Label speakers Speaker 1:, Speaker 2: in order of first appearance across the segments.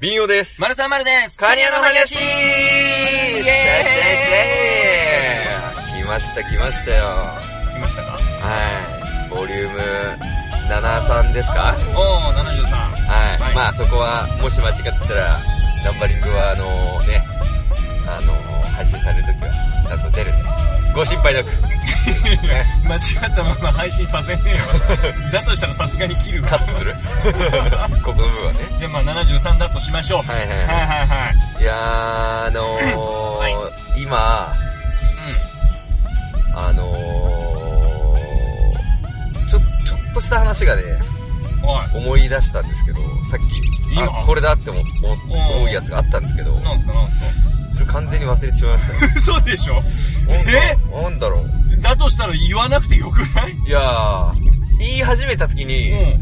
Speaker 1: 民謡です。
Speaker 2: 丸さん丸です
Speaker 1: カニアの話イ
Speaker 2: エーイ
Speaker 1: 来ました、来ましたよ。
Speaker 2: 来ましたか
Speaker 1: はい。ボリューム73ですか
Speaker 2: おー、73。
Speaker 1: はい。
Speaker 2: はい
Speaker 1: まあそこは、もし間違ってたら、ナンバリングはあのね、あの配信されるときは、ちゃんと出るんで。ご心配なく。
Speaker 2: 間違ったまま配信させね えよ。だとしたらさすがに切るわ
Speaker 1: カ。ットす る。ここの部分はね。
Speaker 2: で、まあ73だとしましょう。
Speaker 1: はいはい
Speaker 2: はい
Speaker 1: は
Speaker 2: はいはい。
Speaker 1: い。いやー、あのー
Speaker 2: はい
Speaker 1: 今、あのー、ちょ、ちょっとした話がね、
Speaker 2: うん。おい。
Speaker 1: 思い出したんですけど、さっき、
Speaker 2: 今
Speaker 1: あ、これだって思思思うやつがあったんですけど、
Speaker 2: なんすかなんす
Speaker 1: それ完全に忘れてしまいましたね。
Speaker 2: か嘘でしょ
Speaker 1: えなんだろう。
Speaker 2: だとしたら言わなくてよくない
Speaker 1: いやー、言い始めた時に、
Speaker 2: ん。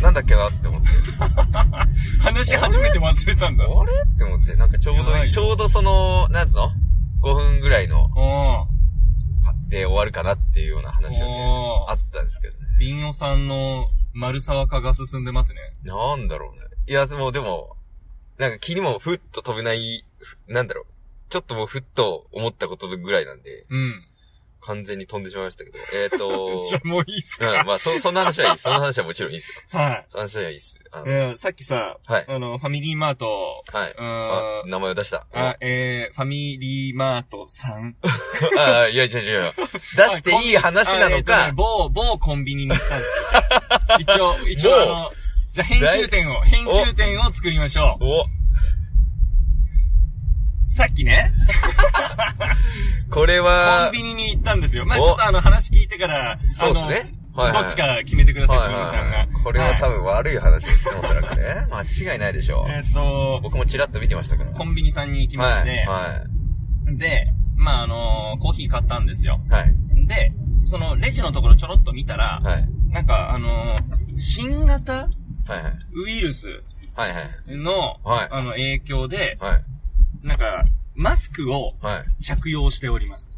Speaker 1: なんだっけなって思って、
Speaker 2: 話し始めて忘れたんだ。
Speaker 1: あれって思って、なんかちょう
Speaker 2: や
Speaker 1: ど
Speaker 2: ばい
Speaker 1: いい、
Speaker 2: よ
Speaker 1: ちょうどその、なんつうの ?5 分ぐらいの、
Speaker 2: う
Speaker 1: で終わるかなっていうような話がね、
Speaker 2: おー
Speaker 1: あったんですけどね。
Speaker 2: ん。ビンヨさんの丸沢化が進んでますね。
Speaker 1: なんだろうね。いや、もうでも、なんか気にもふっと飛べない、ふなんだろう。ちょっともうふっと思ったことぐらいなんで、
Speaker 2: うん。
Speaker 1: 完全に飛んでしまいましたけど。えっ、ー、と
Speaker 2: じゃ、あもういいっす
Speaker 1: うん、
Speaker 2: か、
Speaker 1: まあ、そ、そんな話はいい。そんな話はもちろんいいですよ。
Speaker 2: はい。
Speaker 1: そんな話はいいです。あの
Speaker 2: えーさっきさ、
Speaker 1: はい。
Speaker 2: あの、ファミリーマート、。
Speaker 1: はいうあ
Speaker 2: ー、ん。
Speaker 1: 名前を出した。
Speaker 2: あ、えー、ファミリーマートさん。
Speaker 1: あ、いや、違う違う。出していい話なの
Speaker 2: あえ
Speaker 1: か
Speaker 2: っとね、某、某コンビニに行ったんですよ。 一応、一応
Speaker 1: 某
Speaker 2: あの、じゃあ編集点を、編集点を作りましょ
Speaker 1: お、
Speaker 2: う。さっきね、
Speaker 1: これ
Speaker 2: コン
Speaker 1: は、
Speaker 2: ビニに行ったんですよ。まあ
Speaker 1: お
Speaker 2: ちょっとあの話聞いてから、
Speaker 1: そ
Speaker 2: あ
Speaker 1: うです
Speaker 2: の、
Speaker 1: ね。はい
Speaker 2: ど
Speaker 1: はい
Speaker 2: っちから決めてください、
Speaker 1: はい
Speaker 2: 小
Speaker 1: は
Speaker 2: 室
Speaker 1: い
Speaker 2: さん
Speaker 1: はい
Speaker 2: が。
Speaker 1: これは多
Speaker 2: い
Speaker 1: 分悪い話ですね、おそらくね。間違いないでしょ
Speaker 2: え
Speaker 1: う。
Speaker 2: っと、
Speaker 1: 僕もチラッと見てましたから。
Speaker 2: コンビニさんに行きまして、
Speaker 1: はい。はい
Speaker 2: で、まああの、コーヒー買ったんですよ。
Speaker 1: はい。
Speaker 2: で、そのレジのところちょろっと見たら、
Speaker 1: はい。
Speaker 2: なんかあの、新型
Speaker 1: はいはい。
Speaker 2: ウイルス
Speaker 1: はいはい。
Speaker 2: の、
Speaker 1: はい
Speaker 2: あの影響で、
Speaker 1: はい。
Speaker 2: なんか、マスクを
Speaker 1: はい。
Speaker 2: 着用しております。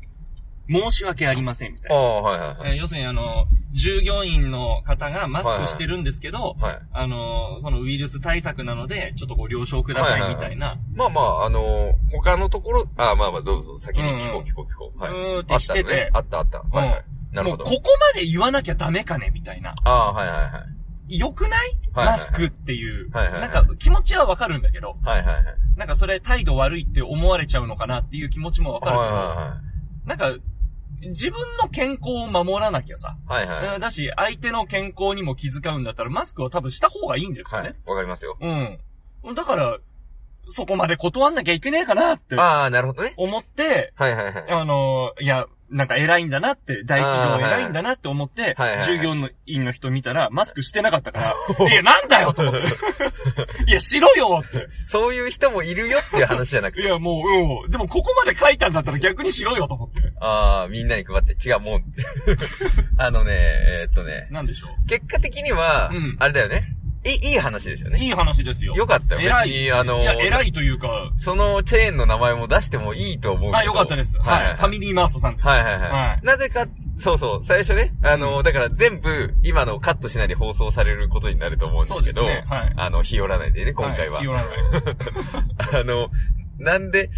Speaker 2: 申し訳ありません、みたい
Speaker 1: あ
Speaker 2: な。
Speaker 1: あ、はいはいは
Speaker 2: えー
Speaker 1: い。
Speaker 2: 要するにあの、従業員の方がマスクしてるんですけど、
Speaker 1: はい。
Speaker 2: あの、そのウイルス対策なので、ちょっとご了承くださ
Speaker 1: はい
Speaker 2: い、
Speaker 1: はい
Speaker 2: み
Speaker 1: はい
Speaker 2: たいな、
Speaker 1: まあまあ、あのー、他のところ、ああまあまあ、どうぞどうぞ、先に聞こ
Speaker 2: うん。
Speaker 1: う聞こう聞こう。はいう
Speaker 2: ーんって
Speaker 1: あっ
Speaker 2: したて
Speaker 1: のね
Speaker 2: て。
Speaker 1: あったあった。はいはい。なる
Speaker 2: もう
Speaker 1: ほど
Speaker 2: こ。こまで言わなきゃダメかね、みたいな。
Speaker 1: ああ、はいはいはい。
Speaker 2: 良くない
Speaker 1: はいはいは
Speaker 2: マ
Speaker 1: い
Speaker 2: スクっていう。
Speaker 1: はいはいはい
Speaker 2: なんか気持ちはわかるんだけど、
Speaker 1: はいはいはい。
Speaker 2: なんかそれ態度悪いって思われちゃうのかなっていう気持ちもわかるけど、なんか、自分の健康を守らなきゃさ。
Speaker 1: はいはいはい。はいはい。
Speaker 2: うんだし、相手の健康にも気遣うんだったら、マスクを多分した方がいいんですよ
Speaker 1: は
Speaker 2: ね
Speaker 1: い。。わかりますよ。
Speaker 2: うん。だから、そこまで断んなきゃいけねえかなって
Speaker 1: ああ、なるほどね。
Speaker 2: 思って、
Speaker 1: はいはいはい。
Speaker 2: あのーいや、なんか偉いんだなって、大企業偉いんだなって思って
Speaker 1: あーはいはい、はい
Speaker 2: 従業員の人見たら、マスクしてなかっ たから、いや、なんだよと思って。いや、しろよっ
Speaker 1: そういう人もいるよっていう話じゃなく
Speaker 2: て。い
Speaker 1: て。
Speaker 2: や、もう、うん。でも、ここまで書いたんだったら逆にしろよと思って。
Speaker 1: ああ、みんなに配って。違う、もう。あのね、えーっとね。
Speaker 2: なんでしょ
Speaker 1: 結果的には
Speaker 2: うん、
Speaker 1: あれだよね。いい、いい話ですよ
Speaker 2: う。
Speaker 1: ね。
Speaker 2: いい話ですよ。
Speaker 1: よかったよ。
Speaker 2: 偉
Speaker 1: 別
Speaker 2: い。
Speaker 1: にあの
Speaker 2: いや、偉
Speaker 1: ー、
Speaker 2: いというか、
Speaker 1: そのチェーンの名前も出してもいいと思うけど。
Speaker 2: あ、よかったです。
Speaker 1: はい
Speaker 2: は。
Speaker 1: はいい
Speaker 2: ファミリーマートさんです。
Speaker 1: はいはい
Speaker 2: は
Speaker 1: はいい。なぜか、そうそう、最初ね、あの、だから全部、今のカットしないで放送されることになると思うんですけど、
Speaker 2: そうですねはい
Speaker 1: あの、日和らないでね、今回は。
Speaker 2: い日和らないです。
Speaker 1: あの、なんで、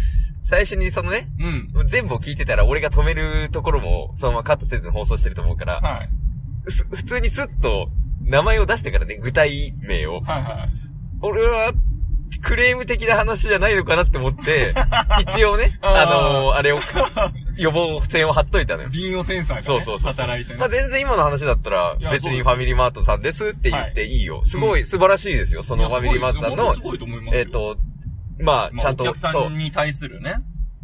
Speaker 1: 最初にそのね、
Speaker 2: うん。
Speaker 1: 全部を聞いてたら俺が止めるところも、そのままカットせずに放送してると思うから、
Speaker 2: はい。
Speaker 1: す普通にスッと、名前を出してからね、具体名を。
Speaker 2: はいはい。
Speaker 1: 俺は、クレーム的な話じゃないのかなって思 って、一応ね、
Speaker 2: あー
Speaker 1: あのあれを、予防線を張っといたのよ。
Speaker 2: 瓶をセンサーが、ね、
Speaker 1: そうそうそう。
Speaker 2: 働いてね
Speaker 1: まあ、全然今の話だったら
Speaker 2: いや、
Speaker 1: 別
Speaker 2: そうで
Speaker 1: に
Speaker 2: す
Speaker 1: ファミリーマートさんですって言っていいよ。すごい、素晴らしいですよ。そのファミリーマートさん
Speaker 2: いや
Speaker 1: の
Speaker 2: す、ごいと思いますよ
Speaker 1: えっ、、と、まあ、
Speaker 2: まあ
Speaker 1: ちゃんと、
Speaker 2: お客さ
Speaker 1: そ
Speaker 2: んに対するね。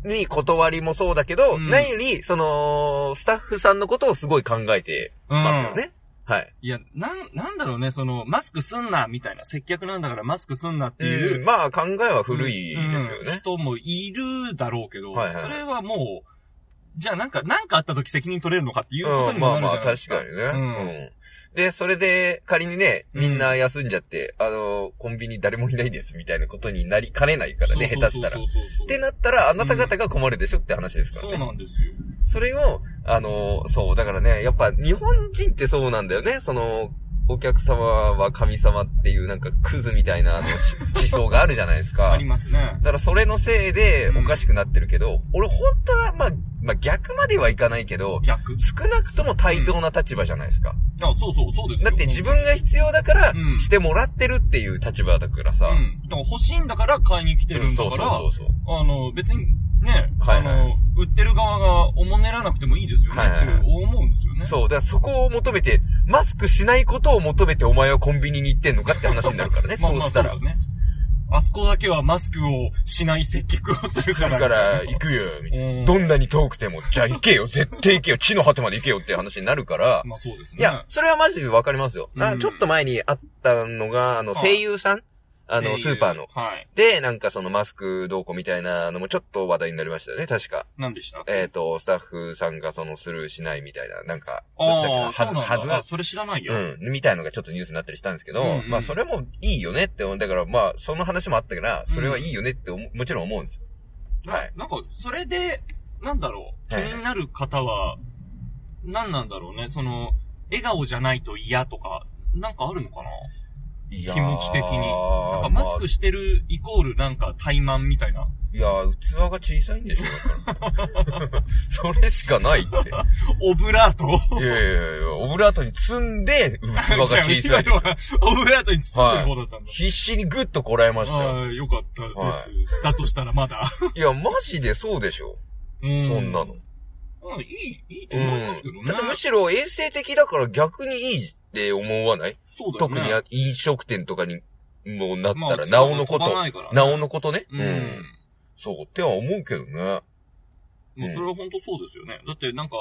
Speaker 1: う、に断りもそうだけど、
Speaker 2: うん
Speaker 1: 何より、その、スタッフさんのことをすごい考えてますよね。はい。
Speaker 2: いや、なん、なんだろうね、その、マスクすんな、みたいな、接客なんだからマスクすんなっていう。
Speaker 1: うんまあ、考えは古いですよ
Speaker 2: うん
Speaker 1: ね。
Speaker 2: 人もいるだろうけど、
Speaker 1: はいはい
Speaker 2: それはもう、じゃあなんか、なんかあった時責任取れるのかっていうこと
Speaker 1: う
Speaker 2: に
Speaker 1: ん、ま
Speaker 2: も
Speaker 1: あ
Speaker 2: なる
Speaker 1: ま
Speaker 2: じ
Speaker 1: あ、
Speaker 2: ゃないで
Speaker 1: 確
Speaker 2: すか。
Speaker 1: かにね。うん。で、それで、仮にね、みんな休んじゃって、あの、コンビニ誰もいないです、みたいなことになりかねないからね、下手したら
Speaker 2: そ。うそうそうそう
Speaker 1: ってなったら、あなた方が困るでしょって話ですから
Speaker 2: そう
Speaker 1: ね。
Speaker 2: なんですよ。
Speaker 1: それを、あのー、そう、だからね、やっぱ日本人ってそうなんだよね。その、お客様は神様っていうなんかクズみたいなあ のし思想があるじゃないですか。
Speaker 2: ありますね。
Speaker 1: だからそれのせいで
Speaker 2: うん
Speaker 1: おかしくなってるけど、俺本当は、まあ、まあ逆まではいかないけど、
Speaker 2: 逆い
Speaker 1: 少なくとも対等な立場じゃないですか。
Speaker 2: や、そうそう、そうですよ。
Speaker 1: だって自分が必要だから
Speaker 2: うん、
Speaker 1: してもらってるっていう立場だからさ。
Speaker 2: うん。だから欲しいんだから買いに来てるんだ
Speaker 1: そう
Speaker 2: か
Speaker 1: そう
Speaker 2: ら、
Speaker 1: そうそう。
Speaker 2: あの、別にね、
Speaker 1: はいはい
Speaker 2: あの、売ってる側がおもねらなくてもいいですよね
Speaker 1: はいはいはい
Speaker 2: って思うんですよね。
Speaker 1: そう、だからそこを求めて、マスクしないことを求めてお前はコンビニに行ってんのかって話になるからね、
Speaker 2: ま
Speaker 1: そ
Speaker 2: あ
Speaker 1: う
Speaker 2: まあ
Speaker 1: したら。
Speaker 2: そうだね。あそこだけはマスクをしない接客をするか
Speaker 1: だ
Speaker 2: ら。
Speaker 1: から行くよ、みたい
Speaker 2: うん
Speaker 1: な。どんなに遠くても、じゃあ行けよ、絶対行けよ、地の果てまで行けよって話になるから、
Speaker 2: まあそうですね。
Speaker 1: いや、それはマジでわかりますよ。あ
Speaker 2: うん
Speaker 1: ちょっと前にあったのが、あの、
Speaker 2: はい
Speaker 1: 声優さんあ
Speaker 2: っ
Speaker 1: の、
Speaker 2: ていう
Speaker 1: スーパーの。
Speaker 2: はい。
Speaker 1: で、なんかそのマスクどうこうみたいなのもちょっと話題になりましたよね、確か。
Speaker 2: 何でした
Speaker 1: えっ、と、スタッフさんがそのスルーしないみたいな、なんか、
Speaker 2: ああ、
Speaker 1: は
Speaker 2: そう
Speaker 1: ず、
Speaker 2: なん
Speaker 1: はず
Speaker 2: だ。
Speaker 1: が
Speaker 2: あ、それ知らないよ。
Speaker 1: うん、みたいのがちょっとニュースになったりしたんですけど、
Speaker 2: うんうん
Speaker 1: まあそれもいいよねって、だからまあその話もあったから、それはいいよねって思もちろん思うんですよ。はい
Speaker 2: ななんか、それで、なんだろう、気
Speaker 1: はいはい
Speaker 2: になる方は、何なんだろうね、その、笑顔じゃないと嫌とか、なんかあるのかない
Speaker 1: やー
Speaker 2: 気持ち的になん
Speaker 1: ま
Speaker 2: かマ
Speaker 1: あ
Speaker 2: スクしてるイコールなんか怠慢みたいな。
Speaker 1: いやー、器が小さいんでしょだから それしかない って。
Speaker 2: オブラートを
Speaker 1: いやいやいや、オブラートに積んで、器が小 さい
Speaker 2: じゃあ
Speaker 1: で
Speaker 2: 今
Speaker 1: しょ。
Speaker 2: のはオブラートに包んでる方だったんだ。
Speaker 1: 必死にグッとこらえましたよ。
Speaker 2: ああ、よかったです。だとしたらまだ。
Speaker 1: いや、マジでそうでしょ。
Speaker 2: そ
Speaker 1: そんなの。。
Speaker 2: うん、いい、いいと
Speaker 1: う
Speaker 2: 思うんですけど
Speaker 1: ん。だって
Speaker 2: ね
Speaker 1: む。しろ衛生的だから逆にいいって思わない
Speaker 2: そうだよね。
Speaker 1: 特にあ飲食店とかにもうなっ
Speaker 2: ま
Speaker 1: た
Speaker 2: あ
Speaker 1: ら、なおのこ
Speaker 2: 飛ば
Speaker 1: と、
Speaker 2: ないからね
Speaker 1: なおのことね。
Speaker 2: う。ん。
Speaker 1: そう、っては思うけどね。
Speaker 2: もう
Speaker 1: うん
Speaker 2: それは本当そうですよね。だってなんか、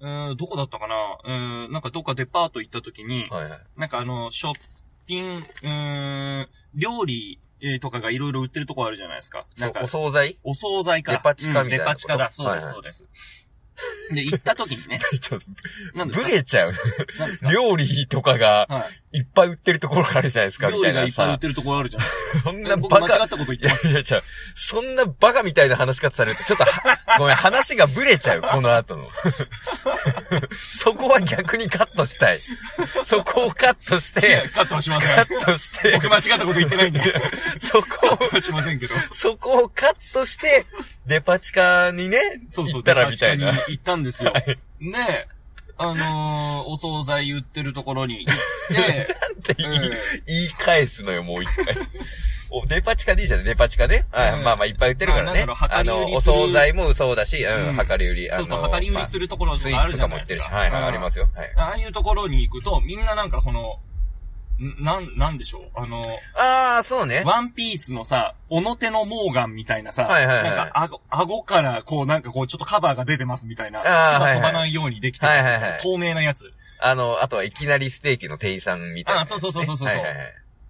Speaker 2: うーん、どこだったかなうーん、なんかどっかデパート行った時に、
Speaker 1: はいはい。
Speaker 2: なんかあの、ショッピン、うーん、料理えーとかがいろいろ売ってるとこあるじゃないですか。
Speaker 1: そ
Speaker 2: な
Speaker 1: うん
Speaker 2: か
Speaker 1: お、惣 菜
Speaker 2: お惣菜か。
Speaker 1: デパ地下みたいな
Speaker 2: うんデパ地下だ。
Speaker 1: こと
Speaker 2: そうです、
Speaker 1: はい
Speaker 2: そうです。で、行った時 にね、
Speaker 1: ちょっと
Speaker 2: なんです
Speaker 1: ブ
Speaker 2: か
Speaker 1: レちゃう。
Speaker 2: なんですか
Speaker 1: 料理とかが
Speaker 2: はい。
Speaker 1: いっぱい売ってるところがあるじゃないですか、み
Speaker 2: 料
Speaker 1: たい
Speaker 2: 理が
Speaker 1: ない
Speaker 2: っぱい売っ
Speaker 1: さ。
Speaker 2: てるとこあるじゃないです
Speaker 1: そん
Speaker 2: か。
Speaker 1: な
Speaker 2: 僕
Speaker 1: バ
Speaker 2: 間違
Speaker 1: カ。
Speaker 2: ったこと言っ
Speaker 1: い
Speaker 2: て ま
Speaker 1: や
Speaker 2: す。
Speaker 1: いや、ちゃう。そんなバカみたいな話し方されると、ちょっとは、 ごめん、話がブレちゃう、この後の。そこは逆にカットしたい。そこをカットし
Speaker 2: いや、
Speaker 1: て、
Speaker 2: カットはしませ
Speaker 1: カ
Speaker 2: ん。
Speaker 1: ットして
Speaker 2: 僕、間違ったこと言ってないんで、
Speaker 1: そ
Speaker 2: カ
Speaker 1: こを
Speaker 2: ットはしませんけど。
Speaker 1: そこをカットして、デパ地下にね、
Speaker 2: そうそ
Speaker 1: 行
Speaker 2: う、
Speaker 1: ったらみたい
Speaker 2: デ
Speaker 1: な
Speaker 2: パ地。下に行ったんですよ。で、あのー、お惣菜売ってるところに 行って、
Speaker 1: って言い,、
Speaker 2: うん
Speaker 1: 言い返すのよ、もう一回。おデパ地下でいいじゃん、デパ地下ね。あ
Speaker 2: うん
Speaker 1: まあまあ、いっぱい売ってるからね。
Speaker 2: まあ
Speaker 1: あ、
Speaker 2: なんだろう
Speaker 1: の、
Speaker 2: 量り売り
Speaker 1: お
Speaker 2: する
Speaker 1: 惣菜もそうだし、うん、
Speaker 2: うん
Speaker 1: 量り売り。あ
Speaker 2: そ
Speaker 1: の
Speaker 2: うそう、量り売りするところ
Speaker 1: まあスイ
Speaker 2: があ
Speaker 1: ー
Speaker 2: る
Speaker 1: ツ
Speaker 2: じ
Speaker 1: と
Speaker 2: ゃ
Speaker 1: か
Speaker 2: な
Speaker 1: も売
Speaker 2: いで
Speaker 1: っ
Speaker 2: す
Speaker 1: てるし、
Speaker 2: か。
Speaker 1: はいはい、
Speaker 2: うん
Speaker 1: ありますよ。はい。
Speaker 2: ああいうところに行くと、みんななんかこの、んなん、なんでしょう、あの、
Speaker 1: あー、そうね。
Speaker 2: ワンピースのさ、おの手のモーガンみたいなさ、
Speaker 1: はいはいはい
Speaker 2: なんか、あご、顎から、こう、なんかこう、ちょっとカバーが出てますみたいな、
Speaker 1: あー
Speaker 2: 血が
Speaker 1: はいはい
Speaker 2: 飛ばないようにできてる、
Speaker 1: はいはいはい
Speaker 2: 透明なやつ。
Speaker 1: あの、あとはいきなりステーキの店員さんみたいな、
Speaker 2: あそうそうそうそうそう
Speaker 1: はいはいはい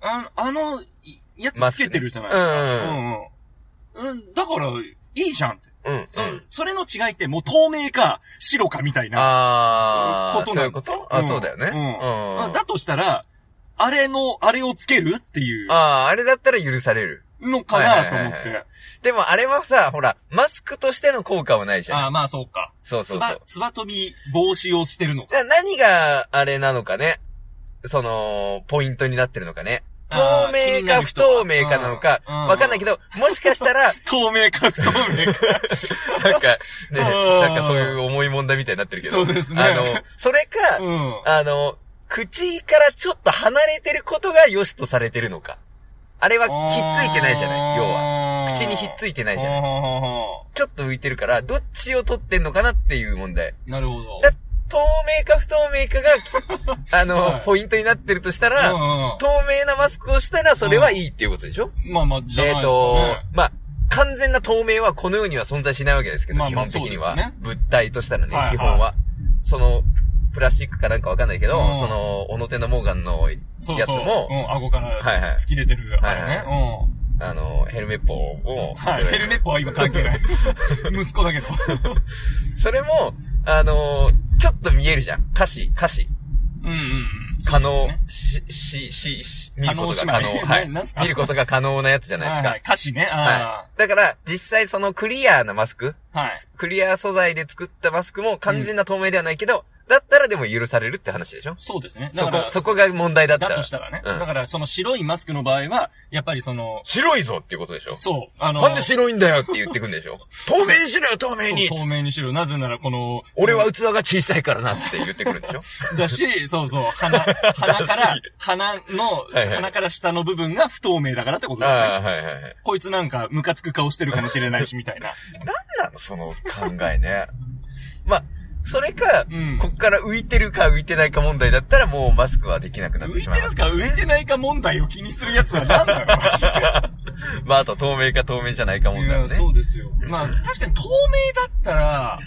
Speaker 2: ああの、いやつ
Speaker 1: マ
Speaker 2: つ
Speaker 1: スクね
Speaker 2: けてるじゃないですか。
Speaker 1: うん
Speaker 2: うんうん。うん、だから、いいじゃんって。
Speaker 1: うん。
Speaker 2: そ,、
Speaker 1: うん。
Speaker 2: それの違いって、もう透明か、白かみたいな。
Speaker 1: あー、
Speaker 2: こと
Speaker 1: そう
Speaker 2: ないん
Speaker 1: うこ
Speaker 2: です
Speaker 1: と、
Speaker 2: よ
Speaker 1: あ、
Speaker 2: うん
Speaker 1: そうだよね。
Speaker 2: うん
Speaker 1: うん。
Speaker 2: だとしたら、あれの、あれをつけるっていう
Speaker 1: あー、あれだったら許される。
Speaker 2: のかなと
Speaker 1: はいは
Speaker 2: 思っ
Speaker 1: いはい
Speaker 2: て
Speaker 1: は。でもあれはさ、ほら、マスクとしての効果はないじゃん。
Speaker 2: ああ、まあそうか。
Speaker 1: そうそう
Speaker 2: つ
Speaker 1: そ
Speaker 2: ば
Speaker 1: う。、
Speaker 2: つば飛び防止をしてるのか。
Speaker 1: な何があれなのかね。その、ポイントになってるのかね。
Speaker 2: あ
Speaker 1: 透
Speaker 2: ー気に
Speaker 1: 明
Speaker 2: な
Speaker 1: か
Speaker 2: る
Speaker 1: 不
Speaker 2: 人は
Speaker 1: 透明かなのか、
Speaker 2: うんうん
Speaker 1: わかんないけど、もしかしたら、
Speaker 2: 透明か不透 明か。
Speaker 1: なんか、ね、
Speaker 2: あー
Speaker 1: なんかそういう重い問題みたいになってるけど。
Speaker 2: そうですね
Speaker 1: あの、それか、
Speaker 2: うん。
Speaker 1: あの、口からちょっと離れてることが良しとされてるのか。あれはひっついてないじゃない、要は。
Speaker 2: は
Speaker 1: 口にひっ
Speaker 2: い
Speaker 1: ついてな
Speaker 2: て
Speaker 1: いじゃない。
Speaker 2: な
Speaker 1: ちょっと浮いてるから、どっちを取ってんのかなっていう問題。
Speaker 2: い。なるほど。
Speaker 1: だ透明か不透明かが、 あの、
Speaker 2: はい
Speaker 1: ポイントになってるとしたら、
Speaker 2: うんうん
Speaker 1: 透明なマスクをしたらそれはいいっていうことでしょ、
Speaker 2: まあまあ、じゃな
Speaker 1: え
Speaker 2: い
Speaker 1: っ、
Speaker 2: ですか、ね。
Speaker 1: と、まあ、完全な透明はこの世には存在しないわけですけど、
Speaker 2: まあまあ
Speaker 1: 基本的に
Speaker 2: そ
Speaker 1: は、
Speaker 2: うですね
Speaker 1: 物体としたらね、
Speaker 2: はいはい
Speaker 1: 基本は。その、プラスチックかなんかわかんないけど、
Speaker 2: うん
Speaker 1: その、おの手のモーガンのやつも、
Speaker 2: そうそう。うん、顎から、
Speaker 1: はいはい
Speaker 2: 突き出てる、あれね。
Speaker 1: はいあの、ヘルメットを、
Speaker 2: うん。はい。ヘルメットは今関 係ない。息子だけど。
Speaker 1: それも、あの、ちょっと見えるじゃん。歌詞、歌詞。
Speaker 2: うんうんうん。
Speaker 1: 可能
Speaker 2: そうで、
Speaker 1: し、し、し、し見ること
Speaker 2: 可能
Speaker 1: が可
Speaker 2: 姉妹
Speaker 1: 能。はい
Speaker 2: ななんすか。
Speaker 1: 見ることが可能なやつじゃ
Speaker 2: すね
Speaker 1: ないです
Speaker 2: はいはい
Speaker 1: か。
Speaker 2: 歌詞ね。あ
Speaker 1: はい。だから、実際そのクリアなマスク、
Speaker 2: あ。はい。
Speaker 1: クリア素材で作ったマスクも完全な透明ではないけど、だったらでも許されるって話でしょ
Speaker 2: そうですね。だ
Speaker 1: そ
Speaker 2: か
Speaker 1: こ
Speaker 2: ら、、
Speaker 1: そこが問題だったら
Speaker 2: だと。したらね。
Speaker 1: うん
Speaker 2: だから、その白いマスクの場合は、やっぱりその、
Speaker 1: 白いぞっていうことでしょ
Speaker 2: そう、あの、
Speaker 1: なんで白いんだよって言ってくん でしょ透明にしろよ、透明に
Speaker 2: そう透明にしろ。なぜなら、この、
Speaker 1: 俺は器が小さいからなっつって言ってくるんで しょ
Speaker 2: だし、そうそう、 鼻、鼻か
Speaker 1: だ
Speaker 2: ら
Speaker 1: し、
Speaker 2: 鼻の、
Speaker 1: いはい
Speaker 2: 鼻から下の部分が不透明だからってこ
Speaker 1: あ
Speaker 2: とだよね。
Speaker 1: あ、はいはいはい。
Speaker 2: こいつなんかムカつく顔してるかもしれないし、みたいな。
Speaker 1: なんなのその考えね。まあ、それか、
Speaker 2: うん
Speaker 1: こっから浮いてるか浮いてないか問題だったらもうマスクはできなくなっ
Speaker 2: 浮
Speaker 1: て
Speaker 2: い
Speaker 1: してまいま
Speaker 2: る
Speaker 1: すけ
Speaker 2: か
Speaker 1: ど、
Speaker 2: 浮いてないか問題を気にするやつは何なのマジで
Speaker 1: まあ、あと透明か透明じゃないか問
Speaker 2: い
Speaker 1: 題
Speaker 2: や
Speaker 1: もね。
Speaker 2: そうですよ。まあ、確かに透明だったら、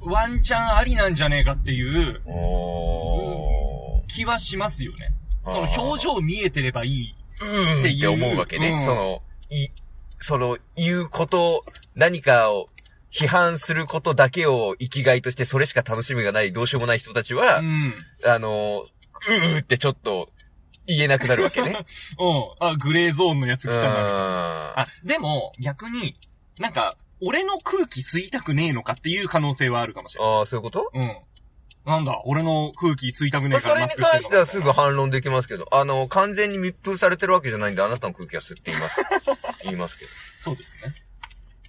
Speaker 2: ワンチャンありなんじゃねえかっていう
Speaker 1: お
Speaker 2: 気はしますよね。
Speaker 1: あー
Speaker 2: その表情見えてればいい。
Speaker 1: ー。うん。
Speaker 2: っていう
Speaker 1: って思うわけね。
Speaker 2: うん
Speaker 1: その、い、その、言うこと、何かを批判することだけを生きがいとしてそれしか楽しみがない、どうしようもない人たちは、
Speaker 2: うん。うん。
Speaker 1: あの、うーってちょっと言えなくなるわけね。
Speaker 2: あ、グレーゾーンのや つ
Speaker 1: う
Speaker 2: 来
Speaker 1: ん
Speaker 2: たな。あ、でも、逆に、なんか、俺の空気吸いたくねえのかっていう可能性はあるかもしれ
Speaker 1: ああ、そういうこと
Speaker 2: ない。うん。なんだ、俺の空気吸いたくね
Speaker 1: ま
Speaker 2: え
Speaker 1: あ、
Speaker 2: か
Speaker 1: そ
Speaker 2: ら
Speaker 1: れに
Speaker 2: マスクてん
Speaker 1: 関
Speaker 2: の
Speaker 1: し
Speaker 2: か
Speaker 1: てはすぐ反論できますけど、あの、完全に密封されてるわけじゃないんで、あなたの空気は吸っています。言いますけど。
Speaker 2: そうですね。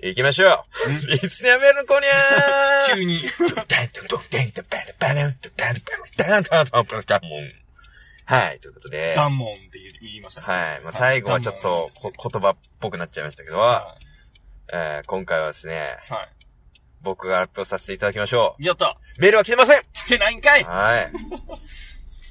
Speaker 1: 行きましょ うリスナーメールのコーニャー
Speaker 2: 急 に。
Speaker 1: はい、ということで。
Speaker 2: ダンモンって言いましたね。
Speaker 1: はい。まあ、最後はちょっとこ言葉っぽくなっちゃいましたけど、
Speaker 2: は
Speaker 1: えー今回はですね、
Speaker 2: い。は
Speaker 1: 僕が発表させていただきましょ
Speaker 2: い。やった
Speaker 1: う。メールは来てません
Speaker 2: 来てないんかい
Speaker 1: はい。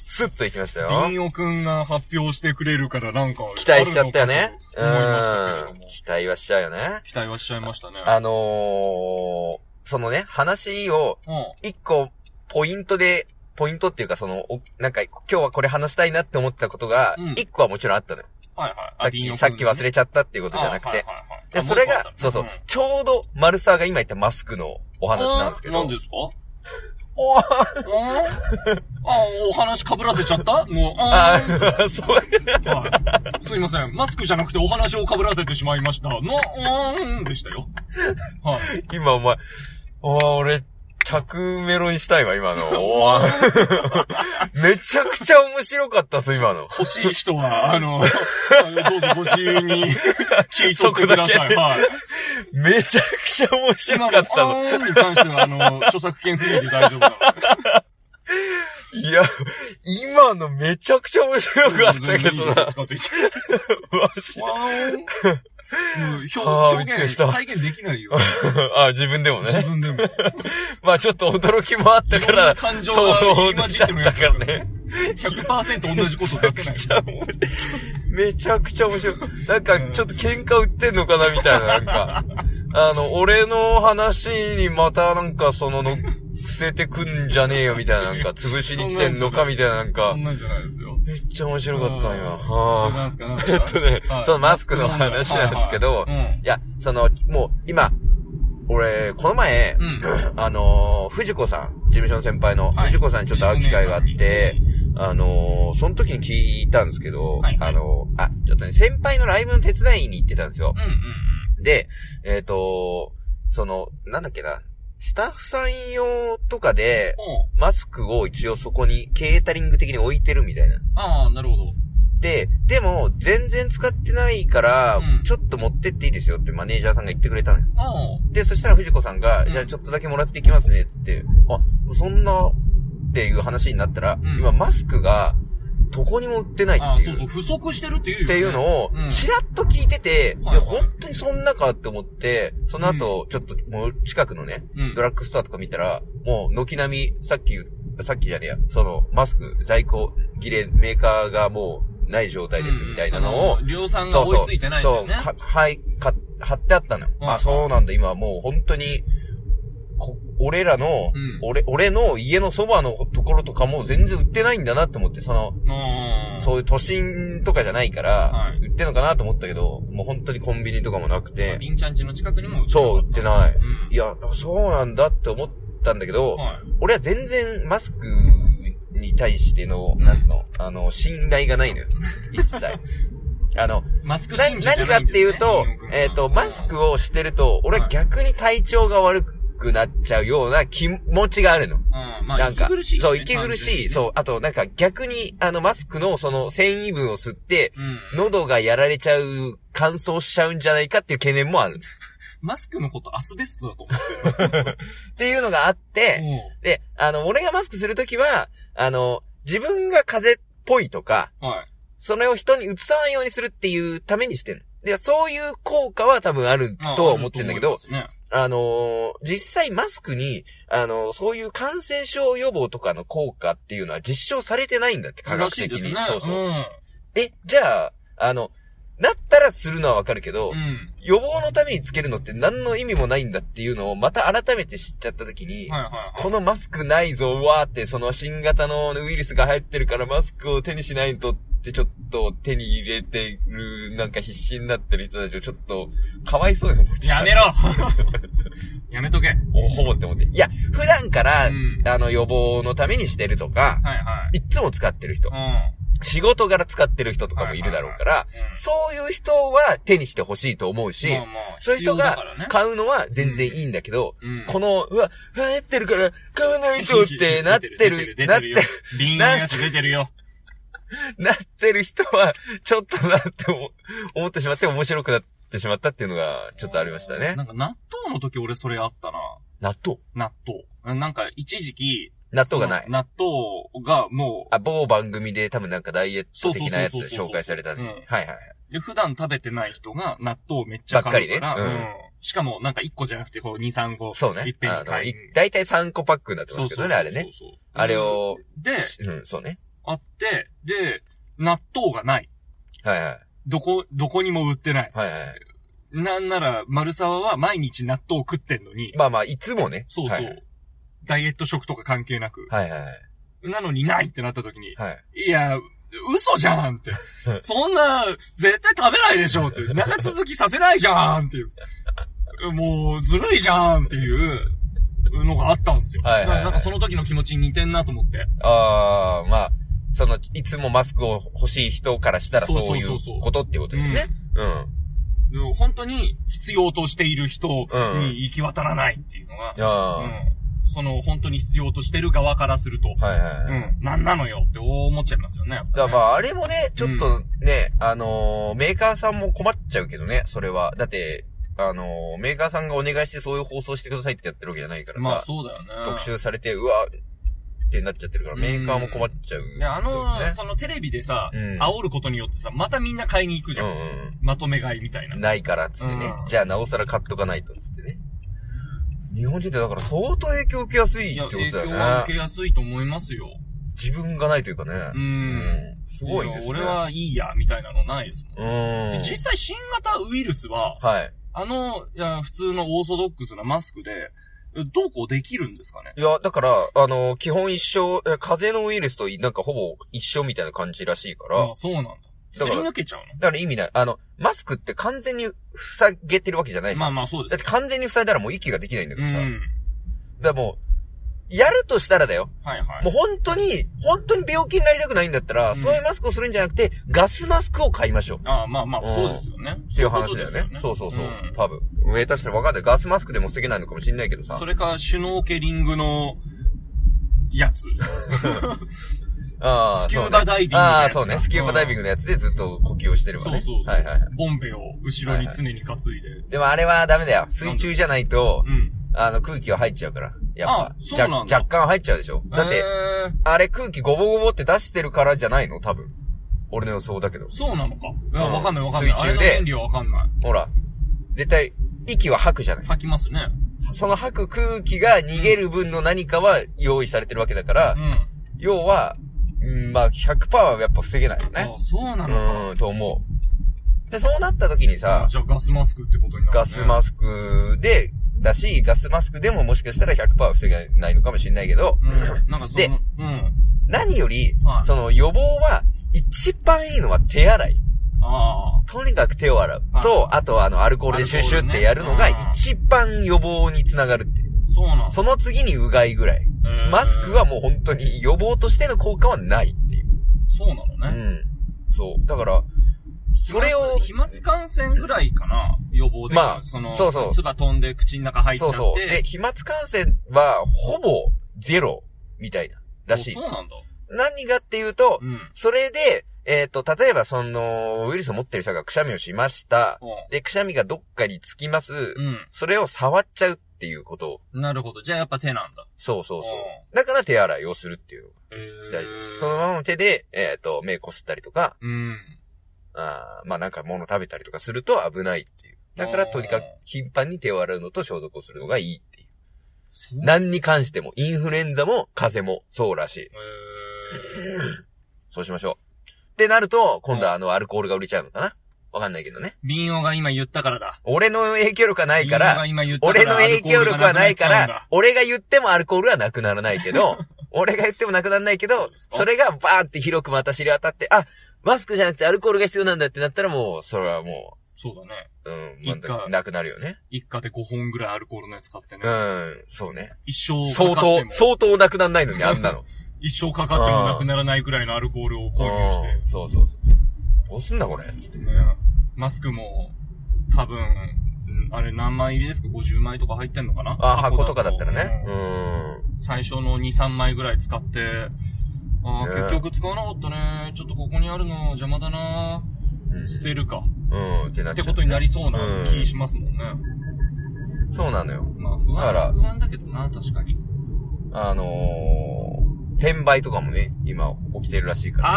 Speaker 1: スッと行きましたよ。
Speaker 2: ビンオくんが発表してくれるからなんか。
Speaker 1: 期待しちゃったよね。
Speaker 2: あるのかと思いましたけれ
Speaker 1: う
Speaker 2: ど
Speaker 1: ん
Speaker 2: も。
Speaker 1: 期待はしちゃうよね。
Speaker 2: 期待はしちゃいましたね。
Speaker 1: あのー、そのね、話を
Speaker 2: う
Speaker 1: 一個ポイントで、ポイントっていうかその、おなんか今日はこれ話したいなって思ってたことが
Speaker 2: うん、
Speaker 1: 一個はもちろんあったのよ。
Speaker 2: ん。はいはい。
Speaker 1: さっき、さっき忘れちゃったっていうことじゃなくて。で、それが、そうそう、ちょうど、丸沢が今言ったマスクのお話なんですけど。
Speaker 2: 何ですか
Speaker 1: おー
Speaker 2: うんあーお話被らせちゃったもう、あ
Speaker 1: あ
Speaker 2: ー
Speaker 1: ー、そう。
Speaker 2: はいすいません。マスクじゃなくてお話を被らせてしまいました。の、うーんでしたよ。はい。
Speaker 1: 今お前、おー俺、着メロにしたいわ、今の。おーめちゃくちゃ面白かったぞ、今の。
Speaker 2: 欲しい人は、あの、あのどうぞご自由に聞いとってくださ
Speaker 1: そこだけ
Speaker 2: い。はい。
Speaker 1: めちゃくちゃ面白かったの。
Speaker 2: 今のあーんに関しては、あの、著作権不明で大丈夫なので。
Speaker 1: いや、今のめちゃくちゃ面白かったけどな。
Speaker 2: 使っていいです
Speaker 1: マジで
Speaker 2: よわーんもう表
Speaker 1: あーびっ
Speaker 2: 表
Speaker 1: くり
Speaker 2: 現、
Speaker 1: した
Speaker 2: 再現できないよ。
Speaker 1: あ、自分でも
Speaker 2: 自
Speaker 1: ね。
Speaker 2: 分 でも。
Speaker 1: まあちょっと驚きもあったか
Speaker 2: いろん
Speaker 1: ら、
Speaker 2: な感情
Speaker 1: そう
Speaker 2: が入り
Speaker 1: 思っ
Speaker 2: 混
Speaker 1: て
Speaker 2: じってるやつ
Speaker 1: たからね。
Speaker 2: 100%同じこと出せない。
Speaker 1: めちゃくちゃ面白い。なんか、ちょっと喧嘩売ってんのかなみたいな、なんか。 あの、俺の話にまたなんかそのの、伏せてくんじゃねえよみたいな、なんか、潰しに来てんのかみたいな、なん
Speaker 2: そ
Speaker 1: か
Speaker 2: ん。なんじゃないですよ。
Speaker 1: めっちゃ面白かった、今。
Speaker 2: うんなん
Speaker 1: は
Speaker 2: すか、なんす
Speaker 1: あ、え
Speaker 2: か。
Speaker 1: っとね
Speaker 2: は、い
Speaker 1: そのマスクの話なんですけど
Speaker 2: はい、はい
Speaker 1: いや、その、もう、今、俺、この前、
Speaker 2: うん。うん。
Speaker 1: あのー、藤子さん、事務所の先輩の
Speaker 2: はい
Speaker 1: 藤子さんにちょっと会う機会があっ
Speaker 2: 藤子
Speaker 1: て
Speaker 2: 姉、
Speaker 1: あのー、その時に聞いたんですけど、
Speaker 2: はいはい
Speaker 1: あのー、あ、ちょっとね、先輩のライブの手伝いに行ってたんですよ
Speaker 2: う。んうん
Speaker 1: で、えっ、とその、なんだっけな、スタッフさん用とかで、
Speaker 2: うん。おう
Speaker 1: マスクを一応そこにケータリング的に置いてるみたいな。
Speaker 2: ああ、なるほど。
Speaker 1: で、でも、全然使ってないから
Speaker 2: うん、
Speaker 1: ちょっと持ってっていいですよってマネージャーさんが言ってくれたのよ。
Speaker 2: あ
Speaker 1: で、そしたら藤子さんが、
Speaker 2: うん
Speaker 1: じゃあちょっとだけもらっていきますね、つって、あ、そんな、っていう話になったら、
Speaker 2: ん
Speaker 1: 今マスクが、どこにも売ってないっ
Speaker 2: あ。ああ、
Speaker 1: てい
Speaker 2: そう
Speaker 1: う。
Speaker 2: そう、不足してるっていうよね。
Speaker 1: っていうのを
Speaker 2: う、ん
Speaker 1: ちらっと聞いてて、い
Speaker 2: はい
Speaker 1: や、
Speaker 2: はい
Speaker 1: 本当にそんなかって思って、その後、ちょっともう近くのね、
Speaker 2: うん
Speaker 1: ドラッグストアとか見たら、もう軒並み、さっき、さっきじゃねえや、その、マスク、在庫、切れ、メーカーがもう、ない状態ですみたいなのを
Speaker 2: うんそ、量産が追いついてないんだよね。
Speaker 1: そうそうそう、は、はい、か、貼ってあったのよ。
Speaker 2: うん
Speaker 1: あ、そうなんだ、今もう本当に、こ、俺らの、
Speaker 2: うん
Speaker 1: 俺、俺の家のそばのところとかも全然売ってないんだなって思って、その、
Speaker 2: うん
Speaker 1: そういう都心とかじゃないから、
Speaker 2: はい
Speaker 1: 売ってんのかなと思ったけど、もう本当にコンビニとかもなくて、
Speaker 2: りんちゃん家の近くにも。
Speaker 1: そう、売ってない。
Speaker 2: うん
Speaker 1: いや、そうなんだって思ったんだけど、
Speaker 2: はい。
Speaker 1: 俺は全然マスクに対しての、なんつうの、あの、信頼がないのよ。一 切。あの、
Speaker 2: マスク
Speaker 1: な
Speaker 2: 信者じゃ
Speaker 1: 何
Speaker 2: な
Speaker 1: かっ
Speaker 2: いん
Speaker 1: て
Speaker 2: です
Speaker 1: い
Speaker 2: ね
Speaker 1: うと
Speaker 2: ニューヨーク、の
Speaker 1: えっ、と、マスクをしてると、俺は逆に体調が悪くくなっちゃうような気持ちがあるの。
Speaker 2: うん、まあ、
Speaker 1: なんか、
Speaker 2: 息苦しい、ね。
Speaker 1: そう、息苦しい。
Speaker 2: う。
Speaker 1: そう、あとなんか逆に、あの、マスクのその繊維分を吸って、
Speaker 2: うん。
Speaker 1: 喉がやられちゃう、乾燥しちゃうんじゃないかっていう懸念もある。
Speaker 2: マスクのことアスベストだと思って
Speaker 1: っていうのがあって、
Speaker 2: る。
Speaker 1: で、あの、俺がマスクするときは、あの、自分が風邪っぽいとか、
Speaker 2: うん。はい。
Speaker 1: それを人に移さないようにするっていうためにしてる。で、そういう効果は多分あるとは思ってるんだけど、
Speaker 2: ね。
Speaker 1: あのー実際マスクに、あのーそういう感染症予防とかの効果っていうのは実証されてないんだって、科
Speaker 2: ら
Speaker 1: 学
Speaker 2: しい
Speaker 1: 的
Speaker 2: です
Speaker 1: に。
Speaker 2: ね。
Speaker 1: そうそう。
Speaker 2: ん。
Speaker 1: え、じゃあ、あの、なったらするのはわかるけど、
Speaker 2: うん。
Speaker 1: 予防のためにつけるのって何の意味もないんだっていうのをまた改めて知っちゃった時に、
Speaker 2: はいはいはい。
Speaker 1: このマスクないぞ、うわーって、その新型のウイルスが流行ってるからマスクを手にしないとってちょっと手に入れてる、なんか必死になってる人たちをちょっと、かわいそうに思って
Speaker 2: やめろ やめとけ。はい
Speaker 1: おほぼって思って。いや、普段から、
Speaker 2: うん
Speaker 1: あの予防のためにしてるとか、
Speaker 2: はい
Speaker 1: っつも使ってる人
Speaker 2: い。う、ん。
Speaker 1: 仕事柄使ってる人とかもいるだろうから、
Speaker 2: うん
Speaker 1: そういう人は手にしてほしいと思うし、
Speaker 2: まあまあ
Speaker 1: そういう人
Speaker 2: 必要だ
Speaker 1: が
Speaker 2: からね
Speaker 1: 買うのは全然いいんだけど、
Speaker 2: うん
Speaker 1: この、うわ、流行ってるから買わないとってなってる、
Speaker 2: 出
Speaker 1: な
Speaker 2: て
Speaker 1: っ
Speaker 2: る
Speaker 1: て
Speaker 2: よ。瓶のやつ出てるよ。
Speaker 1: なって る人は、ちょっとなって思思ってしまって面白くなってしまったっていうのがちょっとありましたね
Speaker 2: な。んか納豆の時俺それあったな。
Speaker 1: 納豆
Speaker 2: 納豆。なんか一時期。
Speaker 1: 納豆がない
Speaker 2: そ。の納豆がも
Speaker 1: あ、某番組で多分なんかダイエット的なやつ
Speaker 2: そうそうそうそうそう
Speaker 1: 紹介されたね。
Speaker 2: うん
Speaker 1: はいはいはい。
Speaker 2: う、で普段食べてない人が納豆をめっちゃ買うから。
Speaker 1: ばっかりね
Speaker 2: うんしかもなんか1個じゃなくてこう2、3個。
Speaker 1: そうね
Speaker 2: いっ。ぺんに
Speaker 1: あの、
Speaker 2: 買い
Speaker 1: い大体3個パックになってますけどね、あれね。。
Speaker 2: そうそう
Speaker 1: あれ。を、
Speaker 2: で、
Speaker 1: うん、そうね。
Speaker 2: あって、で、納豆がない。
Speaker 1: はいはい。
Speaker 2: どこ、どこにも売ってない。
Speaker 1: はいはい。
Speaker 2: なんなら、丸沢は毎日納豆を食ってんのに、
Speaker 1: まあまあ、いつもね。
Speaker 2: そうそう、
Speaker 1: はい
Speaker 2: ダイエット食とか関係なく、
Speaker 1: はいはいはい。
Speaker 2: なのにないってなった時に、
Speaker 1: はい。
Speaker 2: いや、嘘じゃんって。そんな、絶対食べないでしょって。長続きさせないじゃんっていう。もう、ずるいじゃんっていうのがあったんですよ。
Speaker 1: はいはいはい
Speaker 2: ななんかその時の気持ちに似てんなと思って。
Speaker 1: ああ、まあ、その、いつもマスクを欲しい人からしたら
Speaker 2: そう
Speaker 1: そ
Speaker 2: そうう
Speaker 1: いう
Speaker 2: そうそう
Speaker 1: ことってことだよね。うん。
Speaker 2: でも本当に必要としている人に行き渡らないっていうのが
Speaker 1: い、やー
Speaker 2: うんその本当に必要としてる側からすると、
Speaker 1: はいはいはい。
Speaker 2: うん、なんなのよって思っちゃいますよね。
Speaker 1: だからまあ、あれもね、ちょっとね、あのーメーカーさんも困っちゃうけどね、それは。だって、あのーメーカーさんがお願いしてそういう放送してくださいってやってるわけじゃないからさ、
Speaker 2: まあそうだよね。
Speaker 1: 特集されて、うわってなっちゃってるから、
Speaker 2: うん
Speaker 1: メーカーも困っちゃう、
Speaker 2: で、あの、
Speaker 1: ね、
Speaker 2: そのテレビでさ、
Speaker 1: うん
Speaker 2: 煽ることによってさ、またみんな買いに行くじゃん。
Speaker 1: うんうん
Speaker 2: まとめ買いみたいな。
Speaker 1: うん。ないからっつってね、
Speaker 2: うん
Speaker 1: じゃあなおさら買っとかないとっつってね。日本人ってだから相当影響受けやすい
Speaker 2: い
Speaker 1: って
Speaker 2: や、
Speaker 1: こと
Speaker 2: 影響
Speaker 1: だ
Speaker 2: は
Speaker 1: よ
Speaker 2: 受
Speaker 1: ね
Speaker 2: け。やすいと思いますよ。
Speaker 1: 自分がないというかね。
Speaker 2: う。
Speaker 1: うんすごいですね。
Speaker 2: や俺、はいいや、みたいなのないですもん。
Speaker 1: うん。
Speaker 2: 実際新型ウイルスは、
Speaker 1: はい。
Speaker 2: あの、いや普通のオーソドックスなマスクで、どうこうできるんですかね
Speaker 1: いや、だから、あの、基本一緒、え風邪のウイルスといなんかほぼ一緒みたいな感じらしいから、
Speaker 2: あそうなんだ。す
Speaker 1: だ
Speaker 2: り
Speaker 1: から
Speaker 2: 抜けちゃう
Speaker 1: だから意味ない。あの、マスクって完全に塞げてるわけじゃない
Speaker 2: の
Speaker 1: じゃ
Speaker 2: ま
Speaker 1: ん。
Speaker 2: あまあそうで
Speaker 1: だっ
Speaker 2: す
Speaker 1: て完全に塞いだらもう息ができないんだ
Speaker 2: う
Speaker 1: けどさ。
Speaker 2: ん。
Speaker 1: だからもう、やるとしたらだよ。
Speaker 2: はいはい。
Speaker 1: もう本当に、本当に病気になりたくないんだったら、
Speaker 2: うん
Speaker 1: そういうマスクをするんじゃなくて、ガスマスクを買いましょう。
Speaker 2: ああ、まあま
Speaker 1: う
Speaker 2: あ、
Speaker 1: ん
Speaker 2: そうですよね。
Speaker 1: っていう話だよね。そうそうそう。
Speaker 2: ん
Speaker 1: 多分。上手したらわかんない。ガスマスクでも防げないのかもしれないけどさ。
Speaker 2: それか、シュノーケリングの、やつ。
Speaker 1: あー
Speaker 2: スキ
Speaker 1: そ
Speaker 2: ュー
Speaker 1: うね
Speaker 2: バダイビングのやつ
Speaker 1: ああ、そうね。スキューバダイビングのやつでずっと呼吸をしてれば
Speaker 2: そう
Speaker 1: ね。
Speaker 2: そうそう。
Speaker 1: はいはいはい。
Speaker 2: ボンベを後ろに常に担いで。
Speaker 1: でもあれはダメだよ。水中じゃないと
Speaker 2: う、ん。
Speaker 1: あの空気は入っちゃうから。やっ
Speaker 2: あ
Speaker 1: ぱ。
Speaker 2: そうなん
Speaker 1: 若
Speaker 2: だ
Speaker 1: 若干入っちゃうでしょ。だって、
Speaker 2: えー
Speaker 1: あれ空気ごぼごぼって出してるからじゃないの多分。俺の予想だけど。
Speaker 2: そうなのか。いや
Speaker 1: うん
Speaker 2: わかんないわかんな
Speaker 1: 水
Speaker 2: い。あ
Speaker 1: 中で
Speaker 2: れの原理はわかんない。
Speaker 1: ほら。絶対、息は吐くじゃない。
Speaker 2: 吐きますね。
Speaker 1: その吐く空気が逃げる分の何かは用意されてるわけだから
Speaker 2: う、ん。
Speaker 1: 要は、うんまあ100%はやっぱ防げないよね。
Speaker 2: あそうなのか。
Speaker 1: うん、と思う。で、そうなった時にさ
Speaker 2: あ、じゃあガスマスクってことになる、ね。
Speaker 1: ガスマ
Speaker 2: ス
Speaker 1: スクで、だし、ガスマスクでももしかしたら100%は防げないのかもしれないけど、
Speaker 2: うん。なんかそ
Speaker 1: で
Speaker 2: の、うん。
Speaker 1: 何より、
Speaker 2: はい
Speaker 1: その予防は、一番いいのは手洗い。
Speaker 2: あ
Speaker 1: とにかく手を洗う
Speaker 2: はい。
Speaker 1: と、あとはあの、アルコールでシュッシュってやるのが
Speaker 2: アルコールねうん
Speaker 1: 一番予防につながるっていう。
Speaker 2: あ、そうなんだ
Speaker 1: その次にうがいぐらい。
Speaker 2: えー
Speaker 1: マスクはもう本当に予防としての効果はないっていう。
Speaker 2: そうなの
Speaker 1: う
Speaker 2: ね。
Speaker 1: ん。そう。だから、それを、
Speaker 2: 飛沫感染ぐらいかな予防で。
Speaker 1: まあ
Speaker 2: その、
Speaker 1: そうそう
Speaker 2: 唾飛んで口の中入っち
Speaker 1: そ
Speaker 2: ゃっ
Speaker 1: う
Speaker 2: て。
Speaker 1: そう。で、飛沫感染は、ほぼ、ゼロ、みたいな、らしい
Speaker 2: お。そうなんだ。
Speaker 1: 何がっていうと
Speaker 2: う、ん。うん。
Speaker 1: それで、えっ、と、例えば、その、ウイルスを持ってる人がくしゃみをしました。で、くしゃみがどっかにつきます。それを触っちゃうっていうこと。
Speaker 2: うん。なるほど。じゃあやっぱ手なんだ。
Speaker 1: そうそうそう。だから手洗いをするっていうのが
Speaker 2: うん。え
Speaker 1: 大事です。
Speaker 2: ー、
Speaker 1: そのままの手で、えっ、と、目こすったりとか、
Speaker 2: うん。
Speaker 1: あーまあなんか物食べたりとかすると危ないっていう。だから、とにかく頻繁に手を洗うのと消毒をするのがいいっていう。
Speaker 2: そう
Speaker 1: 何に関しても、インフルエンザも風邪もそうらしい。
Speaker 2: えー、
Speaker 1: そうしましょう。ってなると、今度
Speaker 2: うん
Speaker 1: はあの、アルコールが売れちゃうのかなわかんないけどね。
Speaker 2: ビンオが今言ったからだ。
Speaker 1: 俺の影響力はないか
Speaker 2: ビンオが
Speaker 1: ら、
Speaker 2: 今言ったか
Speaker 1: 俺
Speaker 2: ら
Speaker 1: の影響力はないか
Speaker 2: アルコールがなくなっちゃう
Speaker 1: ら
Speaker 2: んだ、
Speaker 1: 俺が言ってもアルコールはなくならないけ ど、俺が言ってもなくならないけ
Speaker 2: そ
Speaker 1: ど
Speaker 2: うです、か
Speaker 1: それがバーって広くまた知り渡って、あ、マスクじゃなくてアルコールが必要なんだってなったらもう、それはも
Speaker 2: そうだね。
Speaker 1: う、うん、
Speaker 2: 一
Speaker 1: ま
Speaker 2: 家
Speaker 1: あなくなるよね。
Speaker 2: 一家で5本ぐらいアルコールのやつ買ってね。
Speaker 1: うん、そうね。
Speaker 2: 一生
Speaker 1: 相
Speaker 2: かかっ
Speaker 1: 当
Speaker 2: て、も
Speaker 1: 相当なくならないのにあんなの。
Speaker 2: 一生かかってもなくならないぐらいのアルコールを購入して。
Speaker 1: うんそうそうそう。どうすんだこれ。つって
Speaker 2: ねマスクも、多分、うんあれ何枚入りですか ?50 枚とか入ってんのかな
Speaker 1: あ、箱とかだったらね。
Speaker 2: う
Speaker 1: うんん。
Speaker 2: 最初の2、3枚ぐらい使って、ああ、
Speaker 1: ね
Speaker 2: 結局使わなかったね。ちょっとここにあるの邪魔だな。捨てるか。
Speaker 1: うん、ってなっ
Speaker 2: っ
Speaker 1: ちゃ
Speaker 2: て
Speaker 1: う
Speaker 2: ことになりそうな
Speaker 1: う
Speaker 2: 気
Speaker 1: ん
Speaker 2: しますもんね。
Speaker 1: そうなのよ。
Speaker 2: まあ不
Speaker 1: だから
Speaker 2: 安、不安だけどな、確かに。
Speaker 1: あのー、転売とかもね、今起きてるらしいからね。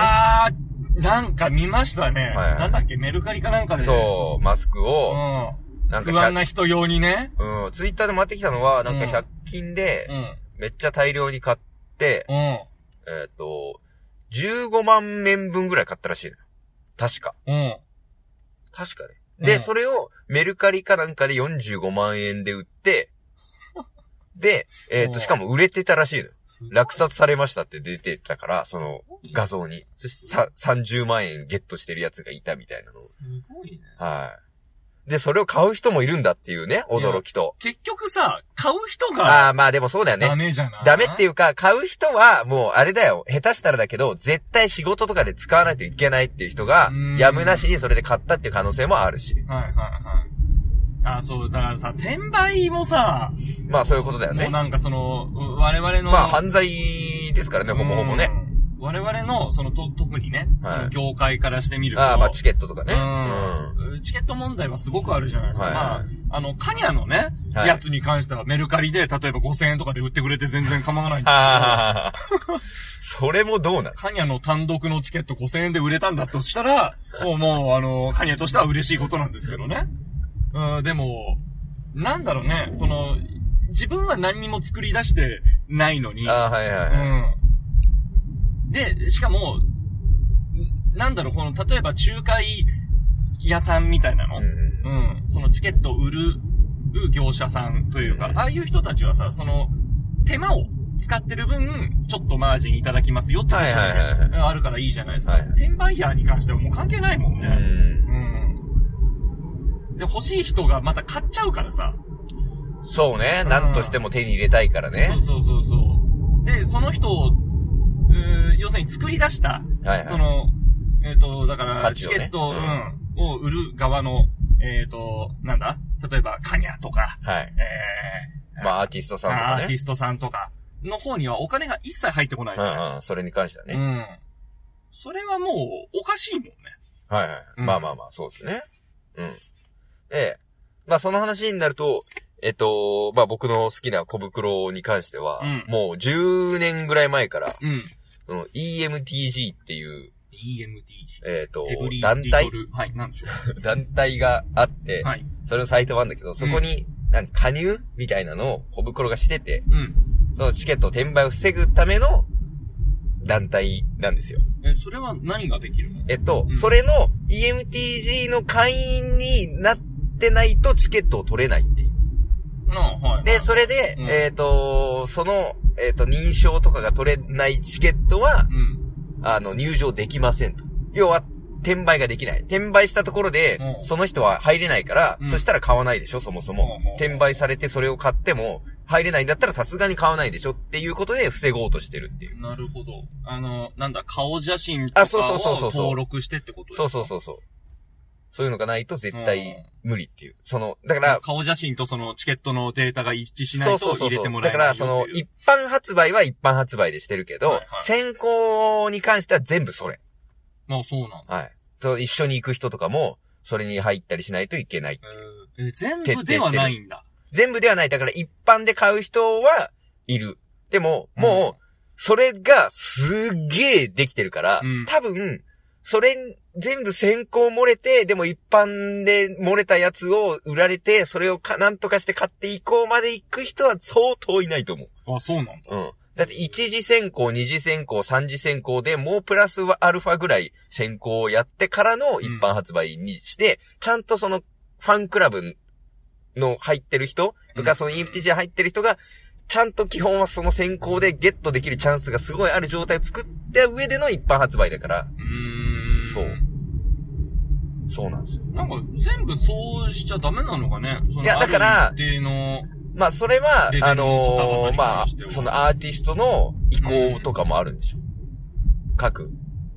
Speaker 2: あー、なんか見ましたね。
Speaker 1: はい
Speaker 2: なんだっけ、メルカリかなんかで。
Speaker 1: そう、マスク
Speaker 2: う
Speaker 1: を、
Speaker 2: ん。
Speaker 1: なんか
Speaker 2: 不安
Speaker 1: 100、
Speaker 2: な人用にね。
Speaker 1: うん、ツイッターで回ってきたのは、なん
Speaker 2: うん
Speaker 1: か100均
Speaker 2: う
Speaker 1: で、
Speaker 2: ん。
Speaker 1: めっちゃ大量に買って、
Speaker 2: うん。
Speaker 1: えっと、15万面分ぐらい買ったらしいのよ。確か。
Speaker 2: うん。
Speaker 1: 確かね。
Speaker 2: う
Speaker 1: で、
Speaker 2: ん
Speaker 1: それをメルカリかなんかで45万円で売って、で、えっ
Speaker 2: うん
Speaker 1: と、しかも売れてたらしいのよ。
Speaker 2: すごい
Speaker 1: 落札されましたって出てたから、その、画像に。そしてさ、30万円ゲットしてるやつがいたみたいなの。
Speaker 2: すごいね。
Speaker 1: はい。で、それを買う人もいるんだっていうね、驚きと。
Speaker 2: 結局さ、買う人
Speaker 1: あ
Speaker 2: が
Speaker 1: あ、まあでもそうだよね。
Speaker 2: ダメじゃない、。
Speaker 1: ダメっていううか、買う人は、もうあれだよ、下手したらだけど、絶対仕事とかで使わないといけないっていう人が
Speaker 2: うーん、
Speaker 1: やむなしにそれで買ったっていう可能性もあるし。
Speaker 2: はいはいはい。あーそう、だからさ、転売もさ、
Speaker 1: まあそういうことだよ
Speaker 2: もう
Speaker 1: ね。
Speaker 2: なんかその、う我々の、
Speaker 1: まあ犯罪ですからね、ほぼほぼね。
Speaker 2: うん。我々の、その、と、特にね、
Speaker 1: はい
Speaker 2: その業界からしてみると。
Speaker 1: ああ、まあチケットとかね。うん。
Speaker 2: うん。チケット問題はすごくあるじゃないですか。
Speaker 1: はい
Speaker 2: まあ、あの、カニャのね、
Speaker 1: はい
Speaker 2: やつに関してはメルカリで、例えば5000円とかで売ってくれて全然構わないんですけど。
Speaker 1: ああ、 それもどうなの
Speaker 2: カニャの単独のチケット5000円で売れたんだとしたら、もう、もう、あの、カニャとしては嬉しいことなんですけどね。うん、でも、なんだろうね、この、自分は何にも作り出してないのに、
Speaker 1: ああ、はいはいはい。
Speaker 2: うん。で、しかも、んなんだろう、この、例えば仲介屋さんみたいなの、
Speaker 1: うんうん
Speaker 2: うん、そのチケットを売る業者さんというか、
Speaker 1: うん
Speaker 2: ああいう人たちはさ、その、手間を使ってる分、ちょっとマージンいただきますよってこと
Speaker 1: はいはいはいはい
Speaker 2: うんあるからいいじゃないですか。
Speaker 1: はい
Speaker 2: 転売ヤーに関してはもう関係ないもん
Speaker 1: う
Speaker 2: ね。
Speaker 1: ん
Speaker 2: うん。で、欲しい人がまた買っちゃうからさ。
Speaker 1: そうね。
Speaker 2: うん
Speaker 1: なんとしても手に入れたいからね
Speaker 2: そう。そうそうそう。で、その人を、うー要するに作り出した、
Speaker 1: はいはい。
Speaker 2: その、えっ、と、だから、
Speaker 1: 価
Speaker 2: チ
Speaker 1: 値を
Speaker 2: ケ
Speaker 1: ね
Speaker 2: ットを,、
Speaker 1: うん
Speaker 2: うん、を売る側の、えっ、と、なんだ例えば、カニャとか、
Speaker 1: はい。
Speaker 2: えー、
Speaker 1: まあ、アーティストさんと
Speaker 2: ア
Speaker 1: か
Speaker 2: ーテ
Speaker 1: ね
Speaker 2: ィ。ストさんとかの方にはお金が一切入ってこないじゃない、
Speaker 1: うんうん。それに関しては
Speaker 2: う
Speaker 1: ね。
Speaker 2: ん。それはもう、おかしいもんね。
Speaker 1: はいはい。
Speaker 2: うん
Speaker 1: まあまあまあ、そうですね。うん。で、まあその話になると、えっと、まあ僕の好きな小袋に関しては、
Speaker 2: うん
Speaker 1: もう10年ぐらい前から、
Speaker 2: うん。
Speaker 1: その EMTG っていう、
Speaker 2: EMTG。
Speaker 1: えっと
Speaker 2: エブリ、
Speaker 1: 団
Speaker 2: リ
Speaker 1: 体
Speaker 2: ト、ルはい、なんでしょ
Speaker 1: 団体があって、
Speaker 2: う。はい。
Speaker 1: それのサイトがあるんだけど、そこに、なんか加入みたいなのを小袋がしてて、
Speaker 2: うん。
Speaker 1: そのチケット転売を防ぐための団体なんですよ。
Speaker 2: え、それは何ができるの
Speaker 1: えっと、
Speaker 2: うん
Speaker 1: それの EMTG の会員になってないとチケットを取れないっていう。
Speaker 2: なあ、はい。
Speaker 1: で、それで、
Speaker 2: うん
Speaker 1: えっ、と、その、えっ、と、認証とかが取れないチケットは
Speaker 2: う、ん。
Speaker 1: あの、入場できませんと。要は、転売ができない。転売したところで、
Speaker 2: うん
Speaker 1: その人は入れないから、
Speaker 2: うん
Speaker 1: そしたら買わないでしょ、そもそも。
Speaker 2: うん
Speaker 1: 転売されてそれを買っても、入れないんだったらさすがに買わないでしょっていうことで防ごうとしてるっていう。
Speaker 2: なるほど。あの、なんだ、顔写真とか
Speaker 1: あそうそうそう
Speaker 2: を
Speaker 1: そうそう
Speaker 2: 登録してってこと。
Speaker 1: そうそううそうそう。そういうのがないと絶
Speaker 2: うん
Speaker 1: 対無理っていう。その、だから、
Speaker 2: 顔写真とそのチケットのデータが一致しな
Speaker 1: そ
Speaker 2: いう
Speaker 1: そ
Speaker 2: と
Speaker 1: うそ
Speaker 2: 入
Speaker 1: う
Speaker 2: れ
Speaker 1: そ
Speaker 2: て
Speaker 1: う。
Speaker 2: もら
Speaker 1: だ
Speaker 2: え
Speaker 1: か
Speaker 2: ない
Speaker 1: ら、
Speaker 2: って
Speaker 1: そ
Speaker 2: いう。
Speaker 1: の、一般発売は一般発売でしてるけど、
Speaker 2: はいはい
Speaker 1: 先行に関しては全部それ。
Speaker 2: まあそうなんだ。
Speaker 1: はい。と、一緒に行く人とかも、それに入ったりしないといけない。
Speaker 2: えー全部ではないんだ。
Speaker 1: 全部ではない。だから一般で買う人はいる。でも、もう、それがすっげえできてるから、
Speaker 2: うん
Speaker 1: 多分、それ、全部先行漏れて、でも一般で漏れたやつを売られて、それをか、なんとかして買っていこうまで行く人は相当いないと思う。
Speaker 2: あ、そうなんだ。
Speaker 1: うん。だって一次選考、二次選考、三次選考でもうプラスはアルファぐらい選考をやってからの一般発売にして、ちゃんとそのファンクラブの入ってる人と
Speaker 2: う
Speaker 1: か、
Speaker 2: ん
Speaker 1: その EFTG 入ってる人が、ちゃんと基本はその選考でゲットできるチャンスがすごいある状態を作った上での一般発売だから、
Speaker 2: うーん。
Speaker 1: そうそうなんですよ。
Speaker 2: なんか、全部そうしちゃダメなのかね。その
Speaker 1: いやだから
Speaker 2: ある一定の、
Speaker 1: まあ、それは
Speaker 2: レベ、ル
Speaker 1: あ
Speaker 2: の方々
Speaker 1: のー
Speaker 2: に
Speaker 1: まあ
Speaker 2: 関しては、
Speaker 1: そのアーティストの意向とかもあるんでしょ。各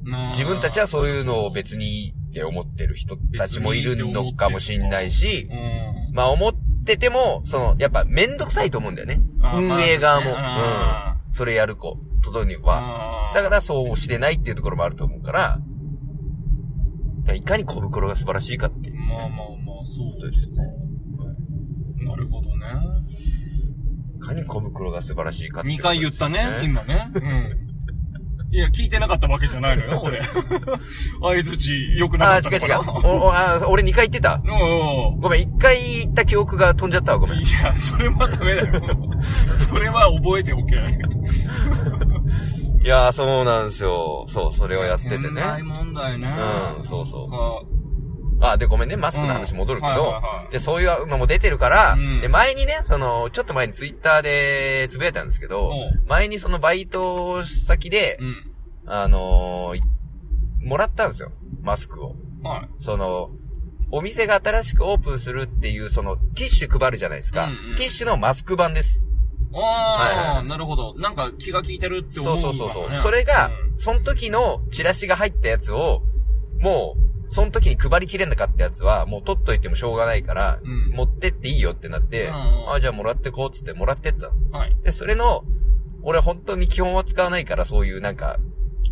Speaker 2: な
Speaker 1: 自分たちは、そういうのを別にいいって思ってる人たちもいるのかもしんないし
Speaker 2: う、ん。
Speaker 1: まあ思ってても、その、やっぱめんどくさいと思うんだよね。
Speaker 2: あーまあ
Speaker 1: 運営側も
Speaker 2: ねあ
Speaker 1: それやる子、とどに
Speaker 2: ー
Speaker 1: は。
Speaker 2: あー
Speaker 1: だからそうしてないっていうところもあると思うから、いやいかに小袋が素晴らしいかっていう。
Speaker 2: まあまあまあ、そう
Speaker 1: そう
Speaker 2: で
Speaker 1: ですす
Speaker 2: ね
Speaker 1: ね。
Speaker 2: なるほどね。
Speaker 1: いかに小袋が素晴らしいかっていう
Speaker 2: 二
Speaker 1: こと
Speaker 2: 回
Speaker 1: で
Speaker 2: 言っ
Speaker 1: すよ
Speaker 2: たね、今ね。うん。いや、聞いてなかったわけじゃないの よ、俺。相づち良くな
Speaker 1: あ
Speaker 2: か
Speaker 1: あ、
Speaker 2: った
Speaker 1: 違う
Speaker 2: のか
Speaker 1: 違
Speaker 2: な。
Speaker 1: う。 おおあー俺二回言ってた。
Speaker 2: うんうん
Speaker 1: ごめん、一回言った記憶が飛んじゃったわ、ごめん。
Speaker 2: いや、それはダメだよ。それは覚えておけない。
Speaker 1: いやー、そうなんですよ。そう、それをやっててね。
Speaker 2: 転売問題ね。
Speaker 1: うん、そうそう。
Speaker 2: あ
Speaker 1: あ、で、ごめんね、マスクの話戻るけ
Speaker 2: うんはい
Speaker 1: ど
Speaker 2: はいはい、
Speaker 1: で、そういうのも出てるから
Speaker 2: うん、
Speaker 1: で、前にね、その、ちょっと前にツイッターでつぶやいたんですけど
Speaker 2: う、
Speaker 1: 前にそのバイト先で
Speaker 2: う、ん。
Speaker 1: あのー、いもらったんですよ、マスクを。
Speaker 2: はい。
Speaker 1: その、お店が新しくオープンするっていう、その、ティッシュ配るじゃないですか
Speaker 2: うんうん。
Speaker 1: ティッシュのマスク版です。
Speaker 2: あ
Speaker 1: はい
Speaker 2: あ、なるほど。なんか気が利いてるって
Speaker 1: そ
Speaker 2: 思う
Speaker 1: うん
Speaker 2: だ
Speaker 1: そ
Speaker 2: ね。
Speaker 1: うそうそう。それが、その時のチラシが入ったやつを、もう、その時に配りきれなかったやつは、もう取っといてもしょうがないから、
Speaker 2: うん
Speaker 1: 持ってっていいよってなって、
Speaker 2: うんうん
Speaker 1: あじゃあもらってこうっつってもらってったの。
Speaker 2: うん、はい。
Speaker 1: で、それの、俺本当に基本は使わないから、そういうなんか、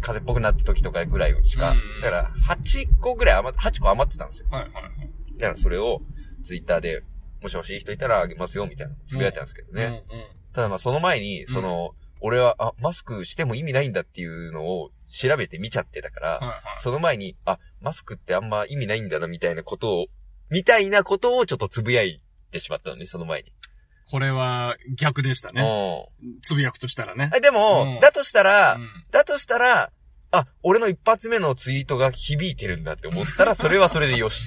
Speaker 1: 風邪っぽくなった時とかぐらいしか、
Speaker 2: うんうん
Speaker 1: だから、8個ぐらい余っ、8個余ってたんですよ。
Speaker 2: はいはいはい。
Speaker 1: だからそれを、ツイッターで、もし欲しい人いたらあげますよ、みたいな、つぶやいたんですけどね。
Speaker 2: うんうん。
Speaker 1: ただまあその前に、その、俺は、あ、マスクしても意味ないんだっていうのを調べて見ちゃってたから、
Speaker 2: はいは
Speaker 1: その前に、あ、マスクってあんま意味ないんだな、みたいなことを、みたいなことをちょっとつぶやいてしまったのね、その前に。
Speaker 2: い。これは逆でしたね。
Speaker 1: う
Speaker 2: つぶやくとしたらね
Speaker 1: ん。。えでも、
Speaker 2: うん
Speaker 1: だとしたら、
Speaker 2: うん
Speaker 1: だとしたら、あ、俺の一発目のツイートが響いてるんだって思 ったら、それはそれでよし。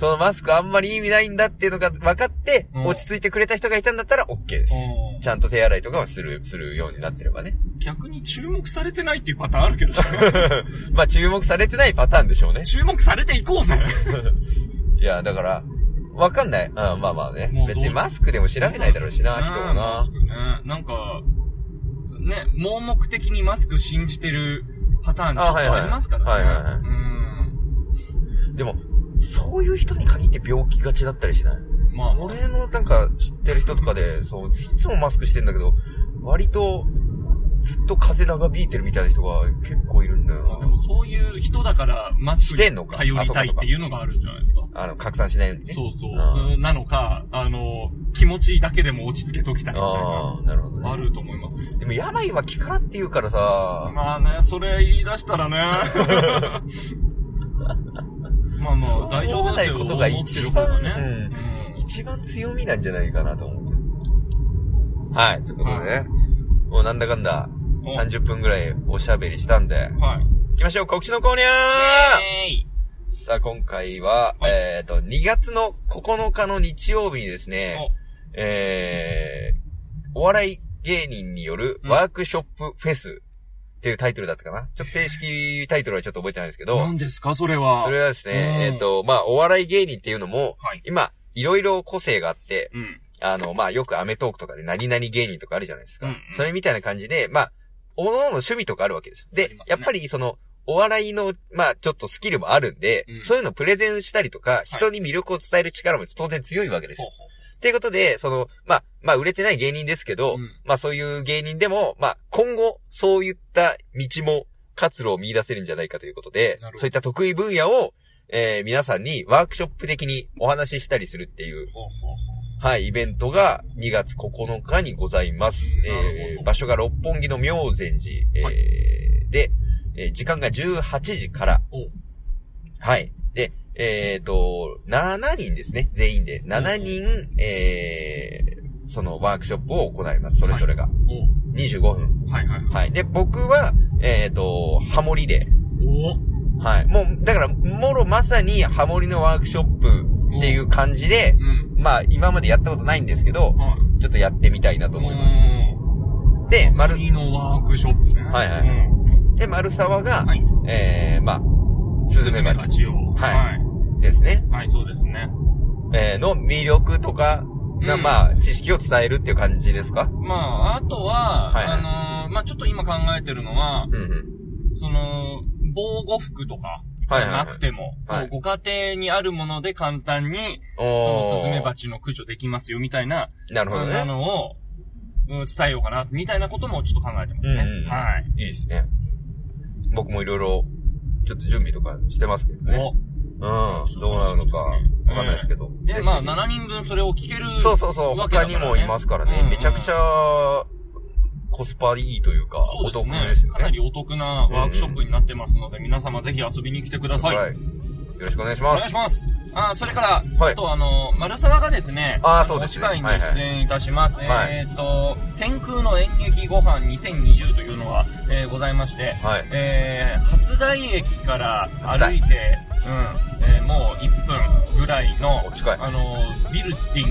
Speaker 1: そのマスクあんまり意味ないんだっていうのが分かって、
Speaker 2: うん
Speaker 1: 落ち着いてくれた人がいたんだったら OK です。
Speaker 2: うん
Speaker 1: ちゃんと手洗いとかはする、するようになってればね。
Speaker 2: 逆に注目されてないっていうパターンあるけどね、
Speaker 1: まあ注目されてないパターンでしょうね。
Speaker 2: 注目されていこうぜ。
Speaker 1: いや、だから、わかんない。うん、まあまあね
Speaker 2: もう。どう
Speaker 1: 別にマスクでも調べないだろうしな、人が
Speaker 2: マ
Speaker 1: な
Speaker 2: ス。クね。なんか、ね、盲目的にマスク信じてるパターンちょっと
Speaker 1: あはいはい
Speaker 2: ありますからね。
Speaker 1: はいはいはい
Speaker 2: うん。
Speaker 1: でも、そういう人に限って病気がちだったりしない
Speaker 2: まあ、
Speaker 1: 俺のなんか知ってる人とかで、そう、いつもマスクしてんだけど、割と、ずっと風邪長引いてるみたいな人が結構いるんだ
Speaker 2: まあ
Speaker 1: よ
Speaker 2: で
Speaker 1: な
Speaker 2: も。そういう人だからマス
Speaker 1: し
Speaker 2: ク
Speaker 1: てん
Speaker 2: に
Speaker 1: のか
Speaker 2: 頼りたいっていうのがあるんじゃないですか。
Speaker 1: あの、拡散しないようにね。
Speaker 2: そうそう
Speaker 1: あ。
Speaker 2: なのか、あの、気持ちだけでも落ち着けときたいみたい
Speaker 1: ああ、なるほど
Speaker 2: な、あ
Speaker 1: ね。
Speaker 2: ると思いますよ。
Speaker 1: でも病は気からって言うからさ、
Speaker 2: まあね、それ言い出したら ね。まあま
Speaker 1: そう
Speaker 2: あ、大丈
Speaker 1: 思わ
Speaker 2: 夫だけど、
Speaker 1: ないこと
Speaker 2: 思
Speaker 1: が
Speaker 2: ってる
Speaker 1: 一
Speaker 2: 方
Speaker 1: 番
Speaker 2: がね。うん
Speaker 1: 一番強みなんじゃないかなと思って。はい、ということでね。もうなんだかんだ、
Speaker 2: お
Speaker 1: 30分ぐらいおしゃべりしたんで、
Speaker 2: はい。
Speaker 1: 行きましょう、告知のコーナー
Speaker 2: えい。
Speaker 1: さあ、今回は、
Speaker 2: はい
Speaker 1: えっ、と、2月の9日の日曜日にですね、えー、お笑い芸人によるワークショップフェスっていうタイトルだったかな、ちょっと正式タイトルはちょっと覚えてないんですけ
Speaker 2: お
Speaker 1: ど、
Speaker 2: 何ですか、それは。
Speaker 1: それはですね、
Speaker 2: うん
Speaker 1: えっ、と、まあ、お笑い芸人っていうのも、
Speaker 2: はい。
Speaker 1: 今、いろいろ個性があって、
Speaker 2: うん。
Speaker 1: あの、まあ、よくアメトークとかで何々芸人とかあるじゃないですか。
Speaker 2: うんうん
Speaker 1: それみたいな感じで、まあ、おのの趣味とかあるわけです。
Speaker 2: あ
Speaker 1: で
Speaker 2: りま、すね
Speaker 1: やっぱりその、お笑いの、まあ、ちょっとスキルもあるんで、
Speaker 2: うん
Speaker 1: そういうのをプレゼンしたりとか、人に魅力を伝える力も当然強いわけです
Speaker 2: ほ
Speaker 1: よ。
Speaker 2: うほう
Speaker 1: っていうことで、その、まあ、まあ、売れてない芸人ですけど、
Speaker 2: うん
Speaker 1: まあ、そういう芸人でも、まあ、今後、そういった道も、活路を見出せるんじゃないかということで
Speaker 2: なるほ、ど
Speaker 1: そういった得意分野を、えー、皆さんにワークショップ的にお話ししたりするっていう、
Speaker 2: ほうほう
Speaker 1: はい、イベントが2月9日にございます。
Speaker 2: なる
Speaker 1: え
Speaker 2: ほ
Speaker 1: ー、
Speaker 2: ど
Speaker 1: 場所が六本木の明禅寺、えー
Speaker 2: は
Speaker 1: で、えー時間が18時から。
Speaker 2: お
Speaker 1: はい。で、えっ、と、7人ですね、全員で。7人、えー、そのワークショップを行います、それぞれが。
Speaker 2: ほう
Speaker 1: 25分。
Speaker 2: おはいはいはい。
Speaker 1: はい。で、僕は、えっ、と、ハモリで。
Speaker 2: お
Speaker 1: はい。もう、だから、もろまさにハモリのワークショップっていう感じで、
Speaker 2: うん。
Speaker 1: まあ、今までやったことないんですけど、
Speaker 2: はい。
Speaker 1: ちょっとやってみたいなと思います。
Speaker 2: ま
Speaker 1: で、丸、
Speaker 2: 国のワークショップね。
Speaker 1: はいはい
Speaker 2: うん
Speaker 1: で、丸沢が、
Speaker 2: はい。
Speaker 1: えー、まあ、スズメバチ
Speaker 2: チを。
Speaker 1: はい
Speaker 2: はい。
Speaker 1: ですね。
Speaker 2: はい、そうですね。
Speaker 1: えー、の魅力とか、が
Speaker 2: うん
Speaker 1: まあ、知識を伝えるっていう感じですか
Speaker 2: まあ、あとは、
Speaker 1: はいはい
Speaker 2: あのーまあちょっと今考えてるのは
Speaker 1: う、んうん。
Speaker 2: その、防護服とか、
Speaker 1: はいはい、はい。
Speaker 2: なくても、
Speaker 1: はい
Speaker 2: こうご家庭にあるもので簡単に、そ
Speaker 1: おー
Speaker 2: のスズメバチの駆除できますよ、みたいな、
Speaker 1: なるほど
Speaker 2: あ
Speaker 1: ね。
Speaker 2: のを、うん伝えようかな、みたいなこともちょっと考えてますね。
Speaker 1: うんうん
Speaker 2: は
Speaker 1: い
Speaker 2: い。
Speaker 1: いですね。僕もいろいろ、ちょっと準備とかしてますけどね。
Speaker 2: お
Speaker 1: うん。どうなるのか、わかんないですけど。
Speaker 2: で、まあ、
Speaker 1: ぜひ
Speaker 2: 7人分それを聞ける。
Speaker 1: そうそうそう、
Speaker 2: わけ
Speaker 1: 他
Speaker 2: だからね
Speaker 1: にもいますからね。
Speaker 2: うんうん
Speaker 1: めちゃくちゃ、コスパいいというか、
Speaker 2: そうです
Speaker 1: お得
Speaker 2: ね
Speaker 1: ですよね。
Speaker 2: かなりお得なワークショップになってますので、皆様ぜひ遊びに来てください。
Speaker 1: はい。よろしくお願いし
Speaker 2: お
Speaker 1: ま
Speaker 2: 願い
Speaker 1: す
Speaker 2: し。ます。あーそれから、
Speaker 1: はい
Speaker 2: あとあの、丸沢がですね、
Speaker 1: あーそうですね
Speaker 2: お芝居に出演いたします。
Speaker 1: はいはい
Speaker 2: えっ、と、天空の演劇ご飯2020というのが、えーございまして、
Speaker 1: はい。
Speaker 2: えー、初台駅から歩いて、うん、えーもう1分ぐらいの
Speaker 1: お、近い。は
Speaker 2: あの、ビルディ
Speaker 1: い。
Speaker 2: ングにですね、え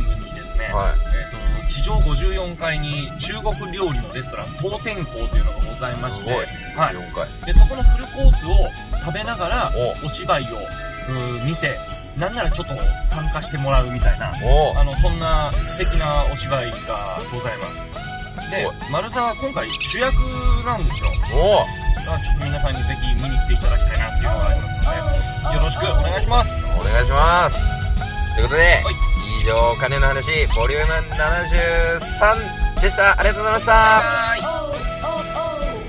Speaker 2: っと地上54階に中国料理のレストラン、東天港というのがございまし
Speaker 1: す
Speaker 2: て、
Speaker 1: ごい。
Speaker 2: はい。
Speaker 1: 4回。
Speaker 2: で、そこのフルコースを食べながら
Speaker 1: お、
Speaker 2: お芝居を、うん見て、なんならちょっと参加してもらうみたいな、
Speaker 1: お
Speaker 2: あの、そんな素敵なお芝居がございます。で
Speaker 1: おい、
Speaker 2: 丸沢は今回主役なんですよ。
Speaker 1: お
Speaker 2: だからちょっと皆さんにぜひ見に来ていただきたいなっていうのがありますので、よろしくお願いします。
Speaker 1: お願いしますということで、
Speaker 2: い
Speaker 1: 以上、お金の話、ボリューム73でした。ありがとうございました。
Speaker 2: はーい。